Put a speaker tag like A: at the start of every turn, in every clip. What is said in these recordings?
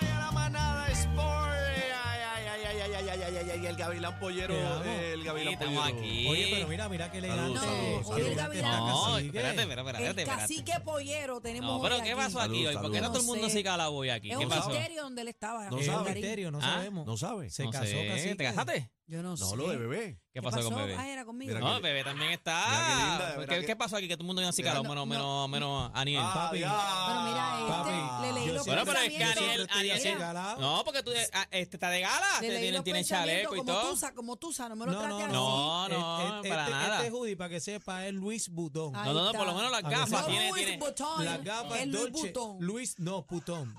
A: Mañana manada Sport. Ay, ay, ay, ay, ay, ay, ay, ay, ay, ay, el Gavilán Pollero, eh, el Gavilán
B: Estamos
A: Pollero.
B: aquí.
C: Oye, pero mira, mira que elegante.
B: Saludos, saludos,
D: hoy el
C: elegante está
D: Gavilán- Eh,
C: el
B: No,
C: cacique.
B: espérate, espérate, espérate,
D: El
B: espérate.
D: cacique pollero tenemos
B: No, pero
D: hoy
B: ¿qué
D: aquí.
B: pasó aquí hoy? ¿Por qué no todo el mundo
D: Saludos,
B: se cala hoy aquí?
D: Es
B: ¿Qué
D: un
B: pasó?
D: misterio donde él estaba.
C: No
D: el
C: sabe.
D: Garín.
C: misterio, no
B: Ah,
C: sabemos.
E: ¿No sabes?
C: Se
B: No
C: casó
B: sé,
C: cacique.
B: ¿Te casaste?
D: Yo no,
E: No,
D: sé.
E: lo de bebé.
B: ¿Qué pasó con
D: Ah,
B: Bebé?
D: era conmigo.
E: Mira
B: No,
E: que-
B: Bebé también
E: Mira qué
B: está.
E: linda, de verdad
B: Ah, ¿Qué,
E: que-
B: qué pasó aquí que todo el mundo iba así
E: Mira,
B: calado?
D: no,
B: Menos, menos,
D: no,
B: menos Aniel.
E: Ah,
C: papi.
E: ya.
D: pero mira, este
C: Ah, Papi,
D: le leí
C: yo
D: los
C: siempre-
B: Bueno, pero es que
D: pensamientos.
B: Aniel,
C: estoy
B: Aniel-
C: así calado.
B: No, porque tú, ah, este está de gala,
D: Le
B: este
D: leí
B: tiene,
D: los
B: tiene
D: pensamientos
B: chaleco y
D: como
B: todo.
D: Tusa, como Tusa, no me lo
C: No,
D: trate
C: no,
D: así.
B: No, no,
C: Eh, eh,
B: para
C: este,
B: nada.
C: Este Judy, para que sepa, es Luis Butón.
D: Ahí
B: No, no, no,
D: está.
B: por lo menos las
C: Ah, que
B: gafas
C: sí.
D: No
B: tiene,
D: Louis
B: tiene.
D: Vuitton,
C: Las gafas
D: es
C: Dolce.
D: Louis Vuitton.
C: Luis, no, Putón.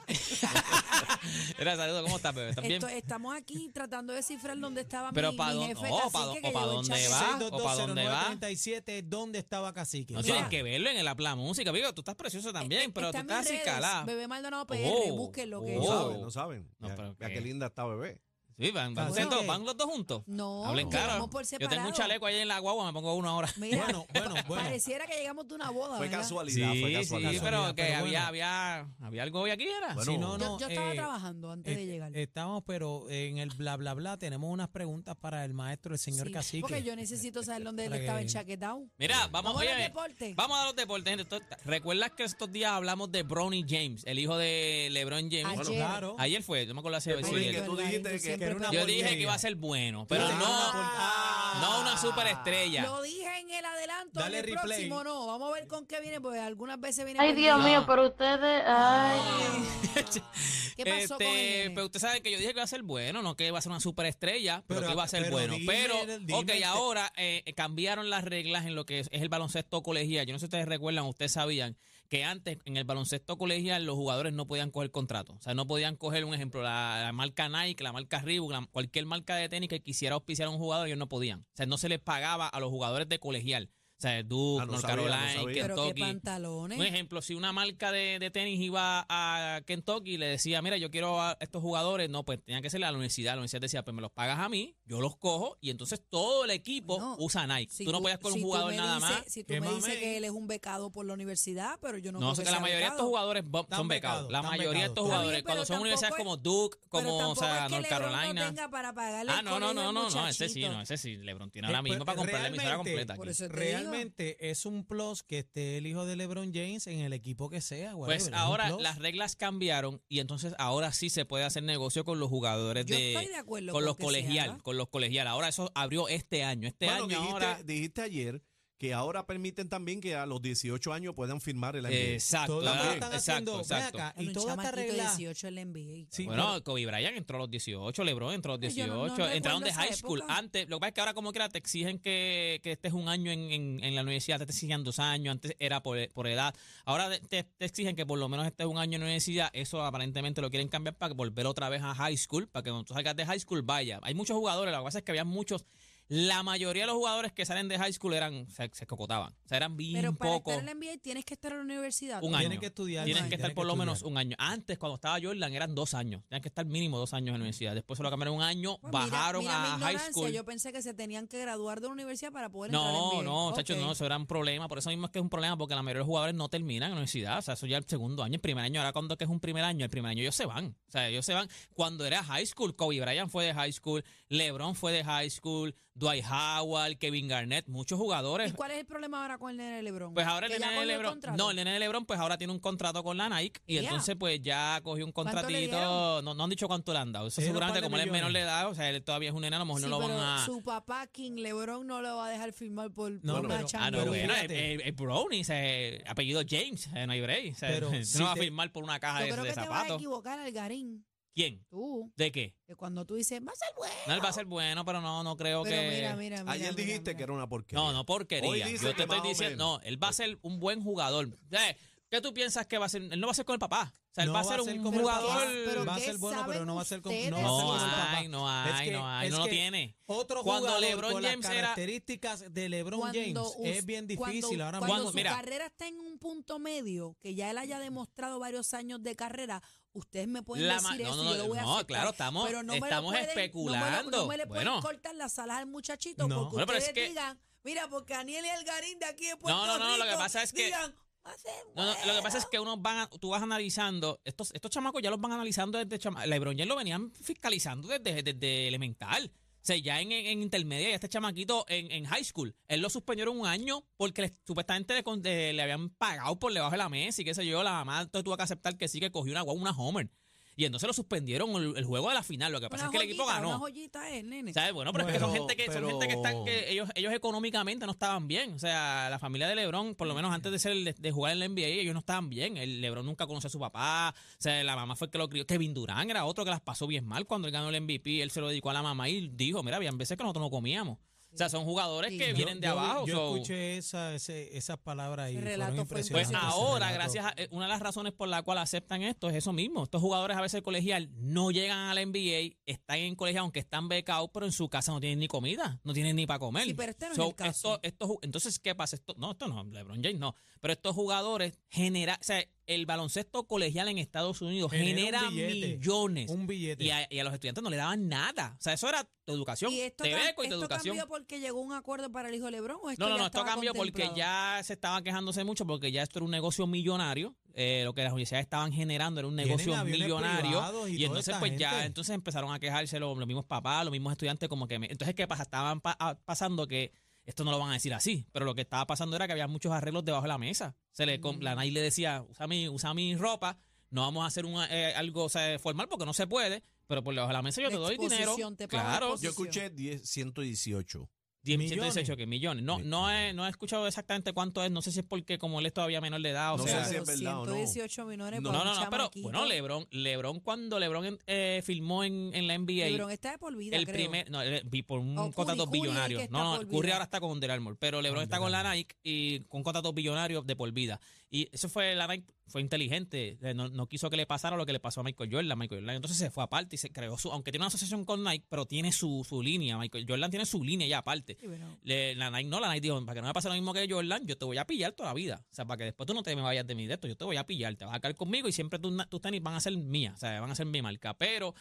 B: Era saludo, ¿cómo estás, bebé? ¿Estás bien?
D: Esto- estamos aquí tratando de cifrar dónde estaba
B: Pero
D: mi,
B: pa'
D: mi
B: dónde-
D: jefe
B: no,
D: cacique
B: pa' dó-
D: que
B: o pa'
D: llegó en Eh,
B: dónde
D: chaqueta.
B: va. o para dónde va.
C: 6220937, ¿dónde estaba Cacique?
B: No
D: Mira.
B: tienen que verlo en el app La Música, amigo. Tú estás precioso también,
D: Este-
B: pero tú
D: está en mis
B: estás así
D: redes,
B: calado.
D: Bebé Maldonado PR,
B: Oh,
D: búsquenlo. Que
E: No
B: Oh.
E: saben, no saben.
B: No,
E: Mira-
B: pero
E: mira
B: qué.
E: qué linda está bebé.
B: Sí, van, van,
C: Bueno,
B: siendo-
C: eh.
B: van los dos juntos.
D: No,
B: Hablen
D: que
B: claro.
D: vamos por
B: Yo tengo un
D: separado.
B: chaleco ahí en la guagua, me pongo uno ahora.
D: Mira,
C: Bueno, bueno, bueno.
D: pareciera que llegamos de una boda,
E: Fue
D: ¿verdad?
E: casualidad, fue casualidad.
B: sí,
C: Casualidad,
B: pero que
C: pero
B: había,
C: bueno.
B: había, había algo hoy aquí, ¿era?
E: Bueno,
C: Si no,
D: Yo,
C: no.
D: yo estaba
C: eh,
D: trabajando antes de
C: eh,
D: llegar.
C: Estamos, pero en el bla, bla, bla, tenemos unas preguntas para el maestro, el señor
D: Sí,
C: Cacique.
D: Porque yo necesito saber dónde él
C: Para que-
D: estaba enchaquetado.
B: Mira, vamos,
D: Vamos a los
B: óyeme,
D: deportes.
B: vamos a los deportes, gente. Esto está- ¿Recuerdas que estos días hablamos de Bronny James, el hijo de LeBron James?
D: Ayer.
C: Claro.
B: Ayer fue, yo me acuerdo hace
E: Tú
D: Ay,
B: sí,
E: dijiste-
D: Dios,
E: tú
D: Larry,
E: dijiste
D: tú
E: que-
C: que
D: siempre
C: era una
D: estás-
B: Yo
C: porquería.
B: dije que iba a ser bueno,
C: Yo
B: pero
C: dije,
B: no,
C: ah,
B: no una superestrella.
D: Lo dije en el adelanto,
C: Dale
D: en el
C: replay.
D: próximo no. Vamos a ver con qué viene, porque algunas veces viene.
F: Ay,
D: perdido.
F: Dios mío, pero ustedes. Ay,
D: ¿Qué pasó
B: Este,
D: con el nene?
B: Pero pues, usted sabe que yo dije que iba a ser bueno, no que iba a ser una superestrella, pero,
C: Pero-
B: que iba a ser
C: pero
B: bueno.
C: dime,
B: pero,
C: dime
B: ok,
E: este
C: que-
B: ahora eh, cambiaron las reglas en lo que es, es el baloncesto colegial. Yo no sé si ustedes recuerdan, ustedes sabían que antes en el baloncesto colegial los jugadores no podían coger contrato. O sea, no podían coger, un ejemplo, la, la marca Nike, la marca Reebok, la- cualquier marca de tenis que quisiera auspiciar a un jugador, ellos no podían. O sea, no se les pagaba a los jugadores de colegial. O sea, Duke,
E: Ah, no
B: North
E: sabía, no
B: Carolina,
E: sabía.
D: Pero qué
B: Kentucky.
D: pantalones.
B: Un ejemplo, si una marca de, de tenis iba a Kentucky y le decía, mira, yo quiero a estos jugadores, no, pues tenía que ser a la universidad. La universidad decía, pues me los pagas a mí, yo los cojo y entonces todo el equipo
D: Bueno,
B: usa Nike.
D: Si
B: tú no podías con
D: si
B: un
D: tú
B: jugador
D: me
B: nada
D: dices-
B: más.
D: Si tú
C: Qué
D: me dices
C: mamey.
D: que él es un becado por la universidad, pero yo no,
B: No,
D: creo
B: sé
D: que
B: que la
D: sea
B: mayoría de estos
D: becado.
B: jugadores bo-
C: Están
B: son becados.
C: becados,
B: La
C: están
B: mayoría de
C: becados,
B: estos
C: está bien,
B: jugadores,
D: pero
B: cuando son
D: tampoco
B: universidades
D: es-
B: como Duke,
D: Pero
B: como o
D: tampoco
B: sea,
D: es que
B: North
D: LeBron
B: Carolina.
D: No tenga para pagarle
B: ah,
D: el
B: no, no,
D: colegio
B: no,
D: al
B: no, no, ese sí,
D: muchachito.
B: no, ese sí. LeBron tiene ahora
C: Eh,
B: mismo
C: pues,
B: para comprar la emisora
C: realmente,
B: completa.
D: Por
B: aquí.
D: eso te digo.
C: Realmente es un plus que esté el hijo de LeBron James en el equipo que sea. whatever,
B: Pues
C: es un
B: ahora
C: plus.
B: las reglas cambiaron y entonces ahora sí se puede hacer negocio con los jugadores
D: Yo
B: de,
D: estoy de acuerdo
B: con
D: con
B: los
D: que se
B: colegial,
D: haga.
B: con los colegial. Ahora eso abrió este año, este
E: Bueno,
B: año
E: dijiste,
B: ahora.
E: dijiste ayer que ahora permiten también que a los 18 años puedan firmar el NBA.
B: Exacto,
C: Todos
B: ah,
C: están haciendo,
B: exacto,
C: ve
B: exacto.
C: acá,
D: Bueno,
C: y
D: un
C: todo está
D: chamaquito de
C: arreglado.
D: 18 el NBA.
C: Sí,
B: bueno,
C: pero-
B: Kobe Bryant entró a los 18, LeBron entró a los
D: Ay,
B: 18,
D: yo no- no
B: entraron
D: recuerdo
B: de
D: esa
B: high school.
D: época.
B: Antes, lo que pasa es que ahora como quiera te exigen que, que estés un año en, en- en la universidad, te exigían dos años, antes era por, por edad. Ahora te, te exigen que por lo menos estés un año en la universidad. Eso aparentemente lo quieren cambiar para que volver otra vez a high school, para que cuando tú salgas de high school vaya. Hay muchos jugadores, lo que pasa es que había muchos... La mayoría de los jugadores que salen de high school eran se, se cocotaban. O sea, eran bien
D: Pero para
B: pocos.
D: estar en la NBA tienes que estar en la universidad. Pues
B: Un
D: ¿no?
B: año.
C: Tienen Ah, que estudiar.
B: Tienes
D: Ay,
B: que
C: tienen
B: estar por lo menos
C: estudiar.
B: un año. Antes, cuando estaba Jordan, eran dos años. Tenían que estar mínimo dos años en la universidad. Después se lo cambiaron un año,
D: Pues mira-
B: bajaron
D: mira mi
B: a high
D: ignorancia,
B: school.
D: Yo pensé que se tenían que graduar de la universidad para poder entrar al
B: No,
D: NBA.
B: no, chacho,
D: Ok.
B: no, eso era un problema. Por eso mismo es que es un problema, porque la mayoría de los jugadores no terminan en la universidad. O sea, eso ya el segundo año, el primer año. Ahora, cuando que es un primer año, el primer año ellos se van. O sea, ellos se van. Cuando era high school, Kobe Bryant fue de high school, LeBron fue de high school, Dwight Howard, Kevin Garnett, muchos
D: ¿Y
B: jugadores.
D: cuál es el problema ahora con el nene de LeBron?
B: Pues ahora
D: ¿Que
B: el
D: ya
B: nene de
D: cogió el
B: LeBron,
D: contrato?
B: no, el nene de LeBron pues ahora tiene un contrato con la Nike y
D: Ya.
B: entonces pues ya cogió un
D: ¿Cuánto le
B: contratito,
D: dieron?
B: no, no han dicho cuánto le han dado. Eso
C: Sí, unos
B: seguramente
C: par de
B: como él es menor
C: millones.
B: de edad, o sea, él todavía es un nene, a lo mejor
D: Sí,
B: no lo van
D: pero
B: a
D: su papá, King LeBron, no lo va a dejar firmar por,
C: No,
D: por una
C: pero-
D: chamba.
B: Ah, no,
C: Pero
B: bueno, el,
C: fíjate.
B: el- el Brownie, ese apellido James, eh, no hay break. O sea,
C: Pero
B: tú no
C: si
B: vas a
C: te-
B: firmar por una caja
D: Yo
B: de,
D: creo
B: de
D: que te vas a
B: zapatos.
D: equivocar, Algarín.
B: ¿Quién?
D: Tú.
B: ¿De qué?
D: Que cuando tú dices, va a ser bueno.
B: No, él va a ser bueno, pero no, no creo
D: Pero
B: que.
D: mira, mira, mira.
E: Ayer
D: mira,
E: dijiste
D: mira.
E: que era una porquería.
B: No, no
E: Hoy
B: porquería.
E: dice
B: Yo
E: que
B: te estoy
E: más o
B: diciendo,
E: menos.
B: no, él va a ser un buen jugador. Eh, ¿Qué tú piensas que va a ser? Él no va a ser con el papá. O sea, él
C: No
B: va a ser un
C: como el papá.
B: jugador.
D: pero
C: va a
D: ¿qué
C: ser bueno,
D: saben
C: pero no va a ser como
D: ustedes
C: no, va a ser
B: No
C: como el papá.
B: hay, no
C: Es
B: hay,
C: que-
B: no hay,
C: es
B: no lo
C: que
B: tiene.
C: Otro
B: Cuando
C: jugador
B: LeBron
C: con
B: James
C: las
B: era-
C: características de LeBron James
D: us-
C: es bien difícil
D: cuando-
C: ahora
D: cuando
B: Cuando-
D: su
B: mira.
D: carrera está en un punto medio, que ya él haya demostrado varios años de carrera, ustedes me pueden
B: La ma-
D: decir
B: no,
D: eso,
B: no,
D: yo lo voy a
B: no,
D: aceptar,
B: claro, estamos-
D: pero no me lo
B: estamos
D: pueden- No me, lo-
B: especulando.
D: no me le pueden
B: Bueno.
D: cortar las alas al muchachito
C: No.
D: porque
B: Bueno, pero es
D: ustedes
B: que-
D: digan, mira, porque Aniel y Algarín de aquí de Puerto
B: no, no, lo que
D: Rico
B: pasa es que-
D: digan, "Va a ser
B: No, no, lo que pasa es
D: bueno".
B: que uno van, a- tú vas analizando, estos, estos chamacos ya los van analizando desde chama, LeBron James lo venían fiscalizando desde, desde elemental. O sea, ya en, en- en intermedia, ya este chamaquito en, en high school, él lo suspendieron un año porque le- supuestamente le, con- eh, le habían pagado por debajo de la mesa y qué sé yo, la mamá entonces tuvo que aceptar que sí, que cogió una guau- una homer. Y entonces lo suspendieron el, el juego de la final. Lo que pasa es
D: Una
B: que el equipo
D: joyita, Una
B: ganó.
D: joyita es, nene.
B: ¿Sabes? Bueno, pero, es que son
E: Bueno,
B: gente que, son
E: pero-
B: gente que están, que ellos, ellos económicamente no estaban bien. O sea, la familia de Lebron, por lo menos antes de ser de, de jugar en la NBA, ellos no estaban bien. El Lebron nunca conoció a su papá. O sea, la mamá fue el que lo crió. Kevin Durant era otro que las pasó bien mal cuando él ganó el MVP. Él se lo dedicó a la mamá y dijo, mira, habían veces que nosotros no comíamos. O sea, son jugadores
D: Sí.
B: que
D: Yo-
B: vienen de
C: yo-
B: abajo.
C: Yo
B: so-
C: escuché esa, ese- esas palabras y
D: El relato
C: fueron
D: fue
B: pues
C: impresionantes.
D: impresionante.
C: ese
B: ahora,
C: relato.
B: gracias a eh, una de las razones por la cual aceptan esto es eso mismo. Estos jugadores a veces colegial no llegan a la NBA, están en colegio aunque están becados, pero en su casa no tienen ni comida, no tienen ni para comer.
D: Sí, pero este no es el caso.
B: esto- estos ju- entonces, ¿qué pasa? Esto, no, esto no, LeBron James no. Pero estos jugadores generan, o sea, el baloncesto colegial en Estados Unidos
C: Genera
B: genera,
C: un billete,
B: millones.
C: Un billete.
B: y, a, y a los estudiantes no le daban nada. O sea, eso era tu educación.
D: ¿Y esto,
B: te
D: cam-
B: beco y tu
D: esto
B: educación.
D: cambió porque llegó un acuerdo para el hijo de Lebron? ¿o esto
B: No, no,
D: ya
B: no, esto
D: estaba
B: cambió porque
D: contemplado?
B: ya se estaba quejándose mucho porque ya esto era un negocio millonario. eh, lo que las universidades estaban generando era un
C: Tienen
B: negocio
C: aviones
B: millonario.
C: privados y
B: Y,
C: toda
B: entonces,
C: esta
B: pues ya,
C: gente.
B: entonces empezaron a quejarse los, los mismos papás, los mismos estudiantes, como que. me- entonces, ¿qué pasa? Estaban pa- ah, pasando que. Esto no lo van a decir así, pero lo que estaba pasando era que había muchos arreglos debajo de la mesa. Se le, com-
D: Mm.
B: La Nike le decía, usa mi, usa mi ropa, no vamos a hacer un, eh, algo o sea, formal porque no se puede, pero por debajo de la mesa yo
D: La
B: te doy dinero.
D: exposición, te pago la
B: claro,
D: exposición.
E: Yo escuché 10, 118.
B: 10
C: Millones.
B: 118 que millones. No,
E: Mi-
B: no he, no he escuchado exactamente cuánto es. No sé si es porque como él es todavía menor de edad. O
E: No
B: sea,
E: sé si es
D: Pero
E: verdad o no.
D: 118 menores
B: no,
D: para
B: no,
D: un
B: no, pero
D: chamaquito.
B: bueno, Lebron, Lebron cuando Lebron eh, filmó en, en la NBA,
D: LeBron está de por vida,
B: el
D: creo.
B: primer, no, eh, vi por un
D: O Curry,
B: contrato
D: Curry es el
B: billonario.
D: que está
B: No,
D: por
B: no, Curry
D: vida.
B: ahora está con Under Armour, pero LeBron
C: Under
B: está con la
C: Armour.
B: Nike y con contratos billonarios de por vida. Y eso fue, la Nike fue inteligente, eh, no, no quiso que le pasara lo que le pasó a Michael Jordan. Michael Jordan entonces se fue aparte y se creó su, aunque tiene una asociación con Nike, pero tiene su, su línea. Michael Jordan tiene su línea ya aparte.
D: Sí, bueno,
B: Le- la Nike no, la Nike dijo, para que no me pase lo mismo que Jordan, yo te voy a pillar toda la vida. O sea, para que después tú no te me vayas de mi de esto, yo te voy a pillar, te vas a caer conmigo y siempre tus, na- tus tenis van a ser mías, o sea, van a ser mi marca. Pero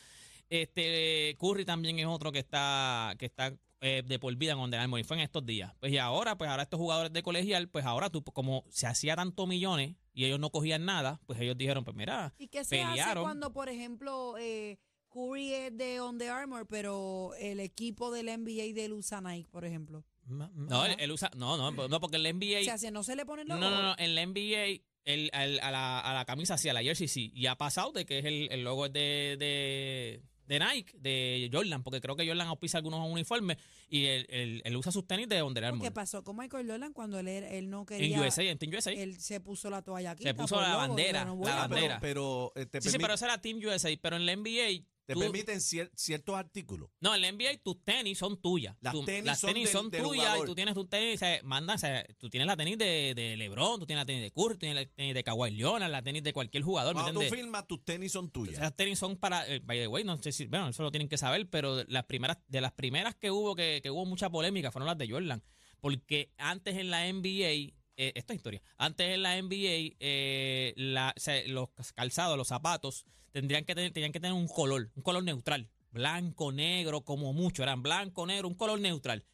B: este Curry también es otro que está, que está eh, de por vida en Under Armour y fue en estos días. Pues y ahora, pues ahora estos jugadores de colegial, pues ahora tú, como se hacía tantos millones y ellos no cogían nada, pues ellos dijeron, pues mira,
D: ¿Y qué se hace
B: pelearon.
D: cuando, por ejemplo, eh, Curry es de On The Armor, pero el equipo del NBA de usa Nike, por ejemplo?
C: Ma- ma-
B: no, él, él usa, no, no, no, porque el NBA...
D: O sea, si no se le ponen los
B: No, no, no, en la NBA el, al- a, la, a la camisa sí, a la jersey sí. Y ha pasado de que es el, el logo es de, de, de Nike, de Jordan, porque creo que Jordan auspicia algunos uniformes y él, él- él usa sus tenis de Under
D: ¿Qué
B: Armour.
D: pasó con Michael Jordan cuando él, era- él no
B: En
D: quería...
B: USA, en Team USA.
D: Él se puso la toalla aquí.
B: Se puso la bandera, la
E: Ah, pero-
B: bandera.
E: Pero, eh, te,
B: sí, sí,
E: permit-
B: pero eso era Team USA, pero en la NBA...
E: te
B: tú-
E: permiten cier- ciertos artículos.
B: No, en la NBA tus tenis son tuyas.
E: Las
B: Tú-
E: tenis
B: las
E: son
B: tenis
E: del-
B: son
E: del
B: tuyas y
E: jugador.
B: tú tienes tus tenis, o sea, manda, o sea, tú tienes la tenis de, de LeBron, tú tienes la tenis de Curry, tú tienes la tenis de Kawhi Leonard, la tenis de cualquier jugador, ¿me
E: Cuando tú
B: entiendes?
E: firmas, tus tenis son tuyas.
B: Esas tenis son para, eh, by the way, no sé si, bueno, eso lo tienen que saber, pero de las primeras, de las primeras que hubo, que, que hubo mucha polémica, fueron las de Jordan. Porque antes en la NBA, eh, esta es historia, antes en la NBA, eh, la- o sea, los calzados, los zapatos, tendrían que tener, tenían que tener un color, un color neutral. Blanco, negro, como mucho, eran blanco, negro, un color neutral.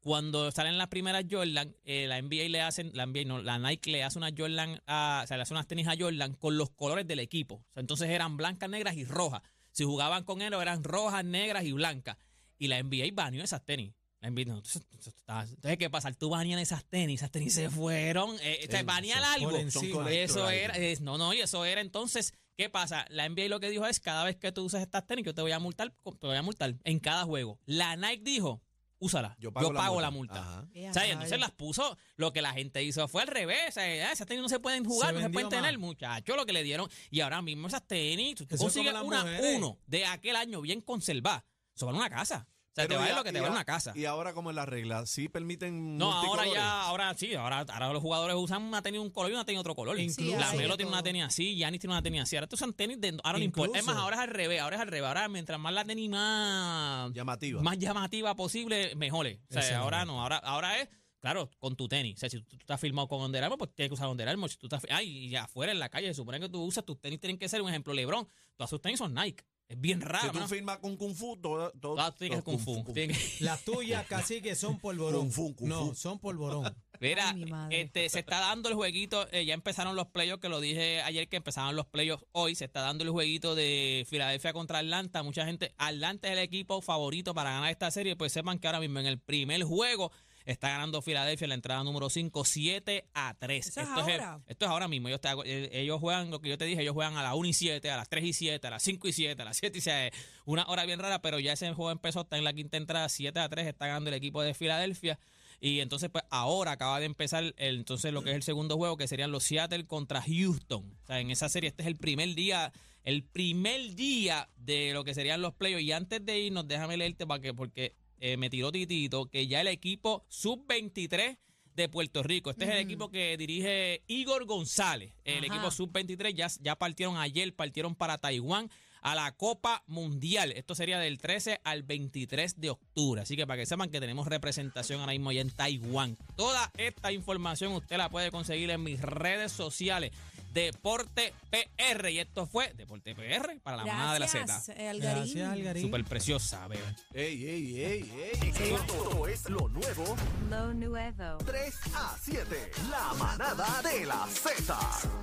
B: Cuando salen las primeras Jordan, eh, la NBA le hacen, la NBA no, la Nike le hace una Jordan, a- o sea, le hace unas tenis a Jordan con los colores del equipo. O sea, entonces eran blancas, negras y rojas. Si jugaban con él, eran rojas, negras y blancas. Y la NBA baneó esas tenis. La envidia, no, eso- eso está- Entonces, ¿qué pasa? Tú banean esas tenis, esas tenis se fueron. Eh, te
C: Sí,
B: banean
C: son por
B: algo.
C: encima.
B: Son correctos, Eso era, es- no, no, y eso era. Entonces, ¿qué pasa? La NBA lo que dijo es, cada vez que tú usas estas tenis, yo te voy a multar, te voy a multar en cada juego. La Nike dijo, úsala, yo pago, la multa.
A: Ajá.
D: Ea,
B: O sea, y
D: rayos.
B: entonces las puso, lo que la gente hizo fue al revés. o sea, ah, esas tenis no se pueden jugar,
C: Se
B: no se
C: vendió
B: pueden tener,
C: más.
B: muchachos, lo que le dieron. Y ahora mismo esas tenis, tú
C: Eso es
B: consigues
C: como las
B: una
C: mujeres.
B: uno de aquel año bien conservada, eso vale una casa. O sea,
A: Pero
B: te vale
A: ya-
B: lo que te
A: ya-
B: vale una casa.
A: Y ahora, como es la regla? ¿Sí permiten
B: No, ahora
A: multicolores?
B: ya, ahora sí, ahora, ahora los jugadores usan una tenis de un color y una tenis de otro color.
C: Incluso-
B: la
D: Sí, hay
B: Melo
D: de
B: tiene una
D: todo.
B: tenis así, Yanis tiene una tenis así. Ahora tú usas tenis de. Ahora no importa. Es más,
C: Incluso-
B: ahora es al revés, ahora es al revés. Ahora mientras más la tenis más,
A: Llamativa.
B: más llamativa posible, mejores. O sea,
C: Excelente.
B: ahora no, ahora, ahora es. Claro, con tu tenis. O sea, si tú, tú estás firmado con Under Armour, pues tienes que usar Under Armour. Si tú estás, ay, y afuera en la calle, se supone que tú usas tus tenis, tienen que ser un ejemplo. Lebron, todas sus tenis son Nike. Es bien raro.
A: Si tú
B: mano.
A: firmas con Kung Fu, todo. todo-
B: Todas tienen que ser
A: todo
B: Ah, Kung Fu. Tienen que-
C: Las tuyas casi que son polvorón.
A: Kung fu, kung
C: no,
A: fu.
C: son polvorón.
B: Mira,
D: Ay, mi madre.
B: este, se está dando el jueguito, eh, ya empezaron los playoffs, que lo dije ayer que empezaban los playoffs hoy, se está dando el jueguito de Filadelfia contra Atlanta, mucha gente, Atlanta es el equipo favorito para ganar esta serie, pues sepan que ahora mismo en el primer juego está ganando Filadelfia en la entrada número 5, 7 a 3.
D: ¿Eso es
B: el-
D: ahora?
B: esto es ahora mismo, ellos, te hago- eh, ellos juegan lo que yo te dije, ellos juegan a las 1 y 7, a las 3 y 7, a las 5 y 7, a las 7 y 6, una hora bien rara, pero ya ese juego empezó, está en la quinta entrada, 7 a 3, está ganando el equipo de Filadelfia. Y entonces, pues ahora acaba de empezar el- entonces lo que es el segundo juego, que serían los Seattle contra Houston. O sea, en esa serie, este es el primer día, el primer día de lo que serían los playoffs. Y antes de irnos, déjame leerte para que, porque eh, me tiró Titito, que ya el equipo sub-23 de Puerto Rico. Este es el
D: Ujú.
B: equipo que dirige Igor González. El
D: Ajá.
B: equipo sub-23 ya, ya partieron ayer, partieron para Taiwán a la Copa Mundial. Esto sería del 13 al 23 de octubre. Así que para que sepan que tenemos representación ahora mismo ya en Taiwán. Toda esta información usted la puede conseguir en mis redes sociales. Deporte PR. Y esto fue Deporte PR para la manada de la Z.
D: Gracias, eh, Algarín.
C: Gracias, Algarín.
B: Súper preciosa, bebé.
A: Ey, ey, ey, ey.
E: Esto es lo nuevo
G: Lo nuevo.
E: 3 a 7. La manada de la Z.